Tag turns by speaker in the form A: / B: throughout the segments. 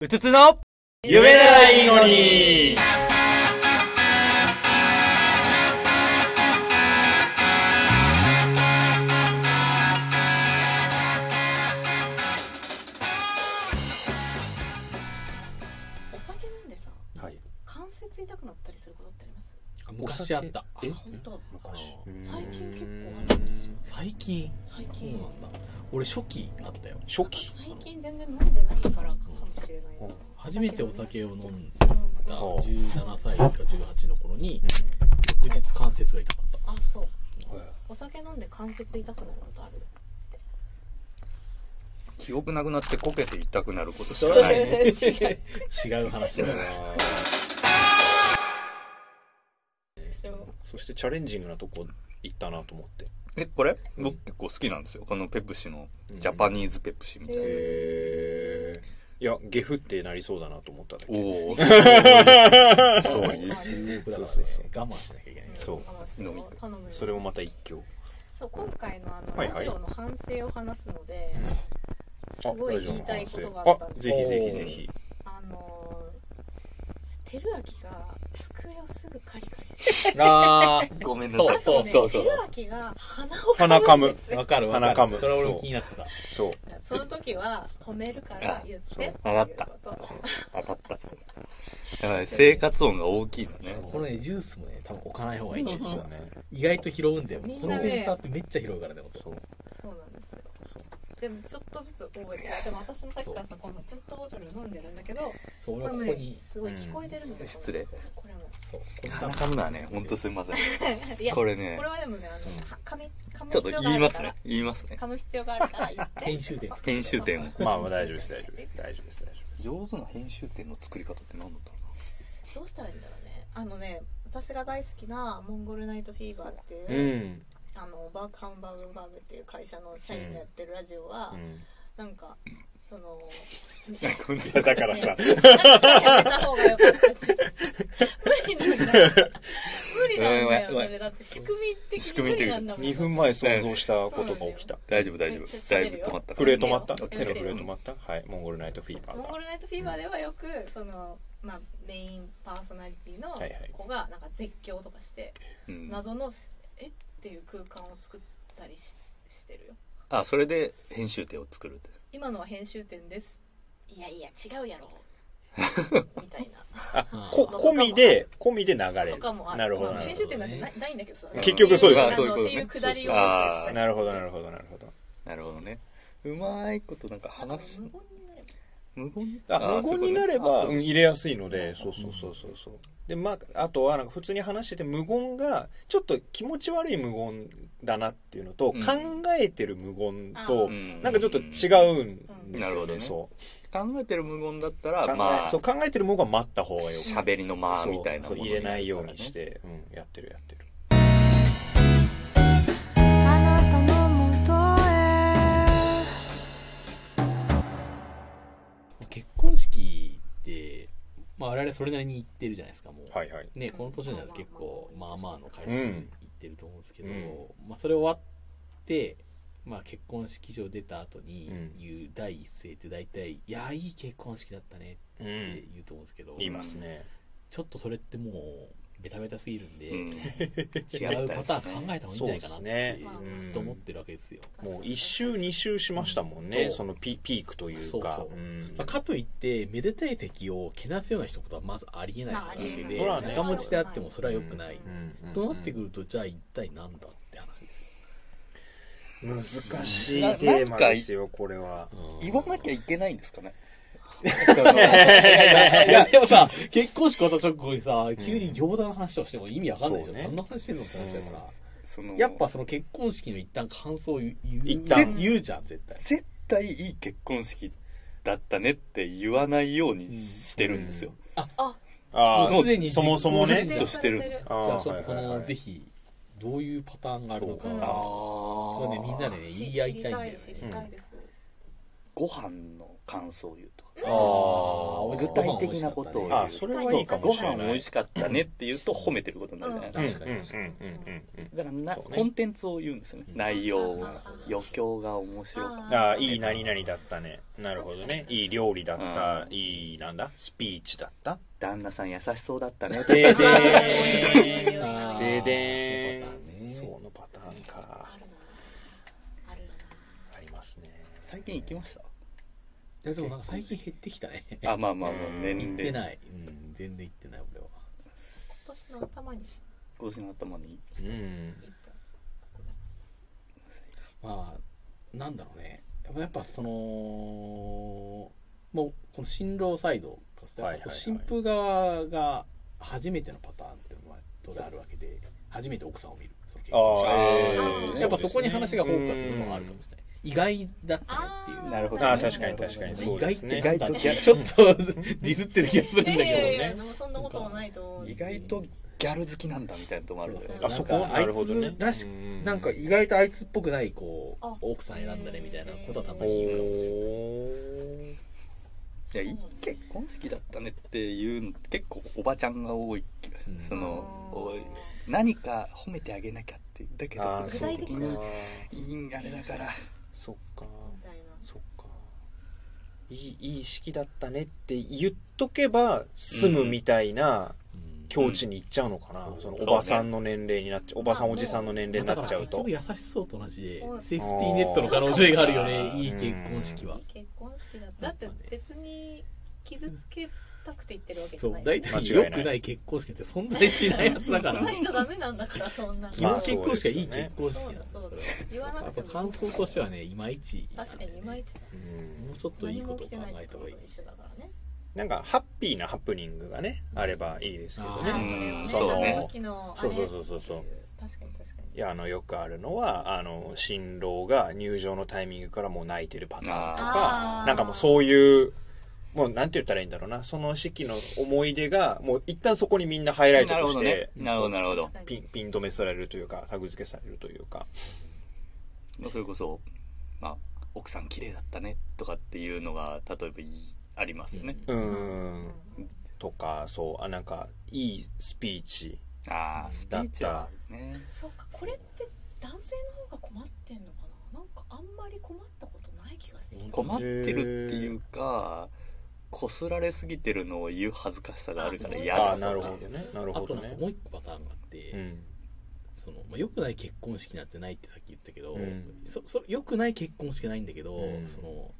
A: うつつの
B: 夢ならいいのに
C: お酒飲んでさ
B: はい
C: 関節痛くなったりすることってあります
B: 昔あった
C: あ本当
B: 昔
C: 最近結構あるんですよ
A: 最近
C: 最
A: そう
C: 近
A: なんだ俺初期あったよ
B: 初期
C: 最近全然飲んでないからかもしれないな
A: 初めてお酒を飲ん
C: うん
A: だ
B: うん
A: 17歳か18の頃に翌日関節が痛かった
C: あそうお酒飲んで関節痛くなることある
D: 記憶なくなってこけて痛くなることしかない
A: 違
D: ね。
A: う話だな
C: でしょ
B: そしてチャレンジングなとこ行ったなと思って
D: え、これ僕結構好きなんですよ。このペプシの、ジャパニーズペプシみたいな。
B: へえいやゲフってなりそうだなと思っただけ
D: おお。そういう。
A: 僕だから
B: そう
A: ね
B: そう
A: 我慢しなきゃいけないから
B: そう
C: あの
D: 飲み
C: 頼むよ
B: それをまた一挙
C: そう今回のあの
B: はい
C: ラ
B: はい
C: ジオの反省を話すので、
B: あ
C: すごい言いたいことがあったんです
B: ぜひぜひぜひ
C: あのー、照明が机をすぐカリカリする
A: あ
D: ごめんなさい。
C: そう
D: そ
C: 照
D: うそう。
C: 明が 鼻
B: 鼻
C: をか
B: か
C: む
B: む
A: ーわかるわか
B: 鼻か
A: る
B: む
A: それ俺も気になってた
B: そう
C: その時は止めるから言ってって
D: あわかった
C: いうこと
D: 当たった。だから生活音が大きいのね。
A: このねジュースもね多分置かない方がいいね
B: そうだね
A: 意外と拾うんだよ
C: みん
A: こ
C: な
A: の
C: ね
A: 電車ってめっちゃ拾うからね音
B: そう
C: そうなんですよでもちょっとずつ覚えてないでも私もさっきからさこのペットボトル飲んでるんだけど
A: そう
C: こ
A: 俺
C: れ
A: は
C: も
A: ここ
C: ね
A: に
C: すごい聞こえてるんですよ、
D: うん失礼
C: これも
A: そうこ
D: 鼻かむのはね、ほんとすいません。
C: いや
D: これね
C: これはでもねあの、は噛み噛む
D: ちょ
C: 必
D: っと
C: 要があ
D: 言い
C: る
D: ま
C: か
D: す
C: ら
D: ね。言いますね。
C: 噛む必要があるから言って
A: 編集点作
D: 編集点を。
B: まあ大丈夫です大丈夫です大丈夫です大丈
D: 上手な編集点の作り方って何なん だろ
C: どうしたらいいんだろうねあのね私が大好きなモンゴルナイトフィーバーっていう
B: 夫、ん
C: あのバークハンバーグバーグっていう会社の社員がやってるラジオは、なんかその
D: う な。
B: だからさ
C: やめた方がよかったし無理なんだよ無理なんだよそれだって仕組み的に無理なんだもん
B: 2分前想像したことが起きた
D: 大丈夫大丈
C: めっちゃ
D: 夫。だい
C: 喋
D: ぶ
C: るよ
D: 止まった。
B: 震え止まった
C: うん
B: 手の震え止まったはいモンゴルナイトフィーバー
C: モンゴ
B: が
C: ルナイトフィーバーではよくその、まあ、メインパーソナリティの
B: はいはい
C: 子がなんか絶叫とかして
D: うん
C: 謎の「えっ?」ていう空間を作ったりししてるよ
D: あ、それで編集点を作るって。
C: 今のは編集点ですいやいや違うやろみたいな
B: こ込みで込みで流れ
C: とかもある
B: なるほど
C: まあ
B: なる
C: 編
B: ほ
C: 集
B: ど
C: 点なんてないないんだけどさ
B: 結局そうですよね
C: あのっていうくだりを
D: そうそうそう
B: なるほどなるほどなるほど
D: なるほどね。うまいことなんか
C: なんか
D: 話し
C: 無、言になれば
D: 無言
B: あ無言になれば
D: そうういうん
B: 入れやすいのでそうそうそうそうそうでまああとはなんか普通に話してて無言がちょっと気持ち悪い無言だなっていうのと、
D: うん
B: 考えてる無言
C: あ
B: と、
D: ー
B: なんかちょっと違うん
C: うん
B: です
D: なる
B: よね,、
D: ほどね
B: そう
D: こと考えてる無言だった
B: 考
D: ら、
B: え
D: まあ
B: そう、考えてる無言は待った方がよく
D: 喋りの間みたいな
B: そ
D: も
B: うそう
D: のに
B: 入れないよう
D: な
B: に
D: るからね
B: して、うん、やってるやってる
E: あなたのもとへ
A: 結婚式って、まあ、我々それなりに行ってるじゃないですかもう、
B: はいはい
A: ね、この年になると結構まあまあの回数
B: うん
A: 行ってると思うんですけど、
B: う
A: まあ、それ終わって、まあ、結婚式場出た後に
B: うん
A: 言う第一声って大体「いやーいい結婚式だったね」
B: う
A: って
B: ん
A: 言うと思うんですけど、
B: 言いますね
A: ちょっとそれってもうベタベタすぎるんで、
D: うん
A: 違う パターン考えた方がいいんじゃないかな
C: そ
A: っ
C: う
A: て
C: ですね
A: ずっと思ってるわけですよ、
B: もう一周二周しましたもんね、
A: そう
B: そのピピークというか
A: そうそう
B: うん
A: まあ、かといってめでたい席をけなすような一言はまずありえない
C: まあ
A: わけ
C: あり
A: で、
B: えない
A: 仲持ちであってもそれは良くない、
B: うん
A: となってくるとじゃあ一体なんだって話ですよ
B: 難しい
D: な
B: テーマですよこれは
D: 言わなきゃいけないんですかね。
A: いやでもさ結婚式終わった直後にさ急に餃子の話をしても意味わかんないでし
B: そ
A: ょ、
B: うね
A: 何の話してんのって話だから、
D: そ の、
A: やっぱその結婚式の一旦感想を言う
B: 一旦
A: 言うじゃん絶対
D: 絶対いい結婚式だったねって言わないようにしてるんですよ。
B: あ
A: もうすでに
B: そもそも
A: もうす
B: ね
A: で
D: としてる
C: 全然
B: あー
A: じゃあちょっとそ
B: はいはい
A: の
B: はい
A: ぜひどういうパターンがあるのか
B: そう
A: を
C: か
A: これねみんなでね
C: 知
A: 言い合いたいんだよ
C: 知りたい
A: ね
C: 知りたいです、
D: ご飯の感想を言うとか。
A: ああお
D: 具体的なことを言う
B: あそれはいいか
D: ご
B: もしれ
D: 飯
B: ない
D: 美味しかったねって言うと褒めてることになるじゃないですか
A: うん
B: うんうんうんうん
D: だからな、
B: そうね
D: コンテンツを言うんですよね
A: うん
D: 内容
C: うん
D: を余興が面白かっ
B: うんああいい何々だったねなるほどねいい料理だった、いいなんだスピーチだった
D: た旦那さん優しそうだったね
B: でで
C: ー
B: ー
A: あ
B: ん
A: ー
B: でで
A: そうだね
B: ーんそのパターンか
C: ある
B: ありますね
D: 最近行きまし
A: いやでもなんか最近減ってきたね
D: たあまあまあまあ
B: うん
D: 年齢
A: 行ってない、うん、全然行ってない俺は
C: 今年の頭に
D: 今年の頭に
B: うん
C: 一本
A: まあなんだろうねやっぱそのもうこの新郎サイド
B: はいはいはい
A: 新婦側が初めてのパターンっていうのは当然あるわけで初めて奥さんを見るその結婚
B: あ
A: 式
C: ー
A: やっぱそこに話がフォーカスするの
B: も
A: もあるかもしれない意外だったねっていう
D: なるほど、
B: ああ確かに確かにそう
A: 意
B: で
A: 外っ
B: す
A: て
B: ね
A: なんだっていうちょっとディスってる気がするんだけど
C: いやいやいや
A: ね
C: でもそんなこともないと思う
D: 意外とギャル好きなんだみたいなとこもあるじゃないです
B: あ
D: か
B: そこ
A: なんか
B: なるほどね
A: あいつらしく
B: うん
A: なんか意外とあいつっぽくないこう
C: あ
A: 奥さん選んだねみたいなことはた
B: お
A: まに言うかも
B: ー
D: いやいい結婚式だったねっていうのって結構おばちゃんが多い気がする、
A: うん
D: その
C: あー
D: おい何か褒めてあげなきゃってだけど
B: あー
D: 具
B: そ
D: 体
B: っ
D: 的
B: か
D: にいいあれだから
B: そっか
C: みたいな
B: そっかいいいい式だったねって言っとけば済むみたいな境地に行っちゃうのかな、
A: うん
B: その
D: そう
B: お
D: ね
B: ばさんの年齢になっちゃうおばさんおじさんの年齢になっちゃうと
A: だから結局優しそうと同じで
C: うん
A: セーフティーネットの可能性があるよね
B: うん
A: いい結婚式はい
C: い結婚式だだって別に傷つけたくて言ってるわけじ
A: そ
C: ゃ
A: う
C: ない
A: 大
C: 体
A: 体良くない結婚式って存在しないやつだから
C: そんな人ダメなんだからそんな
A: 基
B: ま
A: 本
B: あ
A: 結婚式はいい結婚式
C: そ
A: な
C: うん
A: だ
C: だそう
A: か
C: だ
A: ら
C: 言わな
A: や
C: く
A: ってぱ
C: も
A: 感想としてはねいまいち
C: 確かにいまいちだ
B: うん
A: もうちょっといいことを考えた方がい
C: 何も起きてないって
A: い
C: ことと一緒だからね
B: なんかハッピーなハプニングがねあればいいですけど
C: あ
A: う
C: あ
A: ん
B: ね
C: それは
B: そう
C: ねあの時のあ
B: そう
C: れ
B: そうそうそうそう
C: 確かに確か
B: いやあのよくあるのはあの新郎が入場のタイミングからもう泣いてるパターンと
C: あ
B: か
C: ー
B: なんかもうそういうもうなんて言ったらいいんだろうなその式の思い出がもう一旦そこにみんなハイライト
D: な
B: と
D: るほ
B: し
D: どね
B: て、
D: なるほどなるほど
C: に確か
B: ピ
C: に
B: ンピン止めされるというかタグ付けされるというか
D: まあそれこそ、まあ、奥さん綺麗だったねとかっていうのが例えばいいありますよね、
B: うーんとかそうあなんかいいスピーチ
D: ああスピーチはあるね
C: そうかこれって男性の方が困ってんのかななんかあんまり困ったことない気がしてきた
D: 困ってるっていうかこすられすぎてるのを言う恥ずかしさがあるから嫌
B: あ
D: だ
B: あなる
D: と
B: ほ
D: か
B: どねなる
A: あ
B: ほ
A: と
B: ど
A: なんか
B: ね
A: もう一個パターンがあって、
B: うん
A: そのまあ、良くない結婚式なんてないってさっき言ったけど、
B: うん
A: そそ良くない結婚式ないんだけど、
B: うん
A: その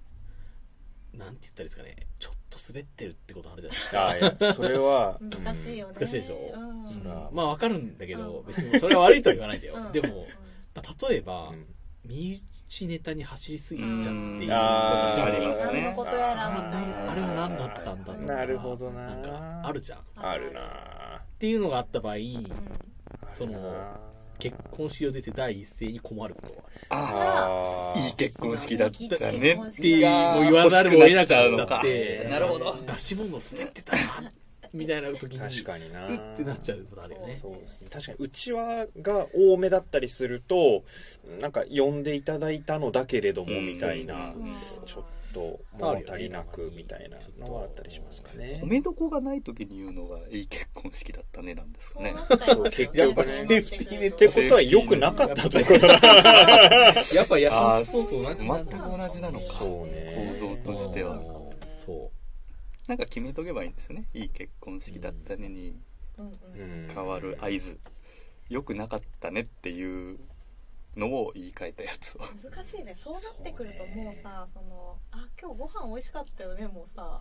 A: なんて言ったらいいですかねちょっと滑ってるってことあるじゃないですか
B: あーいやそれは
C: 難しいよね
A: 難しいでしょ
C: うん
B: それは
A: まあわかるんだけど、
C: うん
A: 別にそれは悪いとは言わないんだよ、
C: うん
A: でも、まあ、例え
B: う
A: ば、
B: ん
A: 身内ネタに走りすぎちゃってい
D: うん
A: る
B: あー
A: 私は
D: ありますね
C: 何のことやらみたいな
A: あれは何だったんだとか
B: なるほどなん
A: かあるじゃんっ
B: あるな
A: ていうのがあった場合
C: うん
A: その結婚式を出て第一声に困ることはある
D: ああいい結婚式だったねって
A: って
D: い
A: いうう
D: も
A: も
D: う
A: う
D: 言
A: 言
D: わ
A: わ
D: ざ
A: ざ
D: る
A: る
D: を
A: を
D: 得
A: 得
D: な
A: なくなっちゃ
D: くなっちゃっ
A: ってて
D: なるほど
A: 出し物滑ってたなみたいな時に
B: 確かにな
A: うってなっちゃうことあるよね
B: そうですね確かにうちわが多めだったりするとなんか呼んでいただいたのだけれども
D: うん
B: みたいな、
C: そうそう
B: ちょっと物足りなくみたいなのはあったりしますかね
D: おめどこがない時に言うのがいい結婚式だったねなんです
C: そ
D: か
C: うな
D: ね
C: っちゃいますよね
B: やっぱセ
A: ーフティーネッ
B: っ
A: ト
B: てことは良くなかったということ だ
A: やっぱ優
D: ああ
A: しそうと同じ
D: 全く同じなのか
B: そうね
D: 構造としては
A: そう
D: なんか決めとけばいいんですよねいい結婚式だったねに
C: うんうん
D: 変わる合図良くなかったねっていうのを言い換えたやつを
C: 難しいねそうなってくるともうさそのあ今日ご飯美味しかったよねもうさ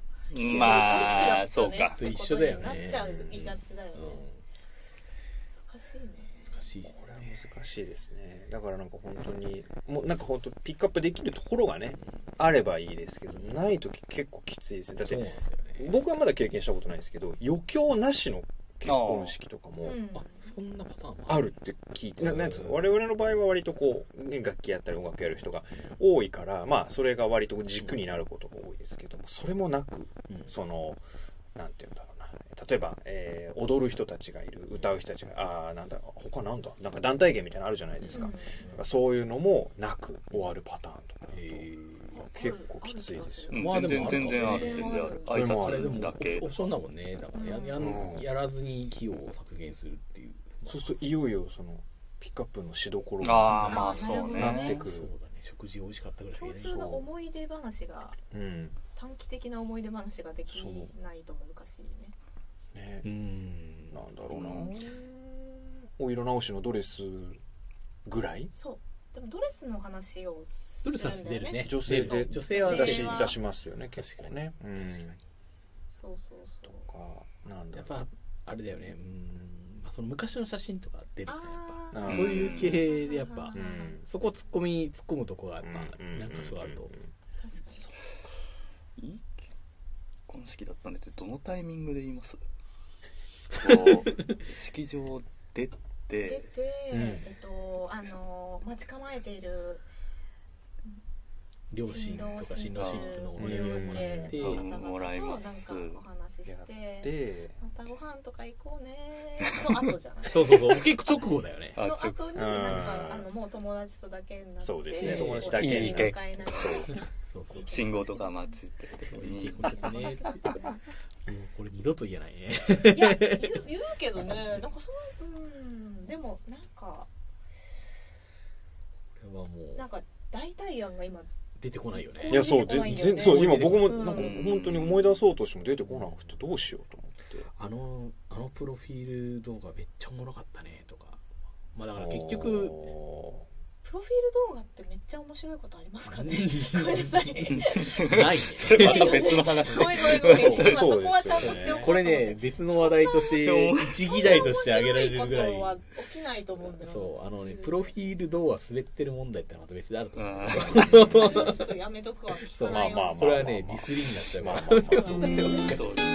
D: まあそうか
C: 美味しかったねってことになっちゃういがちだよね
A: うん
C: 難しいね
A: 難しいよ
B: これは
A: ね
B: 難しいですねだからなんか本当にもうなんか本当ピックアップできるところがねあればいいですけどない時結構きついですねだっ
A: そうなん
B: て
A: だよね
B: 僕はまだ経験したことないですけど余興なしの結婚式とか
C: う
B: も
C: ん
A: あそんなパターンも
B: あるって聞いてななんつうの我々の場合は割とこう、ね、楽器やったり音楽やる人が多いからまあそれが割と軸になることが多いですけどもそれもなく
A: うん
B: そのなんていうんだろうな例えば、えー踊る人たちがいる歌う人たちがあーなんだ他なんだなんか団体芸みたいなのあるじゃないですか,、
C: うん
B: そういうのもなく終わるパターンとか
A: へえ
B: 結結構きついですよ
D: うん
A: まあ
D: 全
A: で
D: 然
A: も
D: 全然ある
C: 全
D: 全
C: 然
D: 然
C: ある
D: ある
A: あ
D: 挨
A: れもあれで
D: 拶
A: も
D: だ
A: オ
D: け
A: プオプションだもんねだからや,、やん
B: うん
A: やらずに費用を削減するっていう
B: そうするといよいよそのピックアップのしどころ
D: ああ
B: が
D: まあそう
B: なっ
D: ね
B: てくる
A: そうだね食事美味しかったぐらい
C: 共
A: ね
C: 通の思い出話が
B: うん
C: 短期的な思い出話ができないと難しいね
B: ね
A: うん
B: なんだろうなお色直しのドレスぐらい
C: そうでもドレスの話をす
A: ド
C: る
A: レ
C: ん
A: スは
C: だ
A: 出
C: よ
A: る
C: ね
A: ね
B: 女性で
A: 女性は
C: 女
B: 出
A: 出
B: し
A: る
C: 性は
B: 出しますよね結構ねう
A: 確
B: ん
A: かに
C: そうそうそう
B: かなんだ
A: やっ
B: ろう
A: ぱあれだよねうん、まあ、その昔の写真とか出るじゃないやっぱ
C: あー
B: うん
A: そういう系でやっぱ
C: うん
B: うん
A: そこ突っ込み突っ込むとこがやっぱ
B: うん
A: 何か所あると
C: 確かに
D: いいこの式だったねってどのタイミングで言いますこう式場出
C: 出
D: て
C: て、
B: うん
C: えっとあの待ち構えている
A: 両親とか新
C: 新
A: 郎
D: 郎
A: 新
D: 新
A: 婦
D: 婦
A: の
C: の
A: お礼をもらっ
C: で
A: て
D: う
C: 方
D: ん
C: 々
D: もらい
C: となん
D: ま
C: か
D: す
C: お話しし
B: やってて
C: またご飯とか行こうねの後じゃない
A: そうそうそう結構直後だよね
D: あ
C: の
D: ちょ
C: 後になんか
B: うん
C: あのもう友達とだけになって
B: そうです
A: ね友達だけ
C: に向かいながら
A: そう そう
D: 信号とか待ちって時に
A: ねって言ってもうこれ二度と言えないね
C: いや言う言うけどねなんかそのうんでもなんか
A: これはもう
C: なんか代替案が今
A: 出てこないよね
B: いやそう全然そう今僕もなんか本当に思い出そうとしても出てこなくてどうしようと思って
A: あのあのプロフィール動画めっちゃおもろかったねとかまあだから結局
C: プロフィール動画ってめっちゃ面白いことありますかねごめんなさい
A: ない
D: それ
A: ね
D: また別の話
C: ごめんごめんごめん今
B: そうですよ
C: そ
B: ね
C: こはちゃんとしておこうと思って
A: これね別の話題として一議題として挙げられるぐら
C: そんな面白い
A: い
C: ことは起きないと思うんだよ
A: そうあのねプロフィール動画滑ってる問題ってのはまた別であると
D: う
A: 思うん
C: ちょっとやめとくわ聞
A: そう
C: かないように
B: まあまあまあ
A: これはねディスりになっち
B: まあ
A: ゃうから
B: まあまあ
C: そうですよね
D: そうです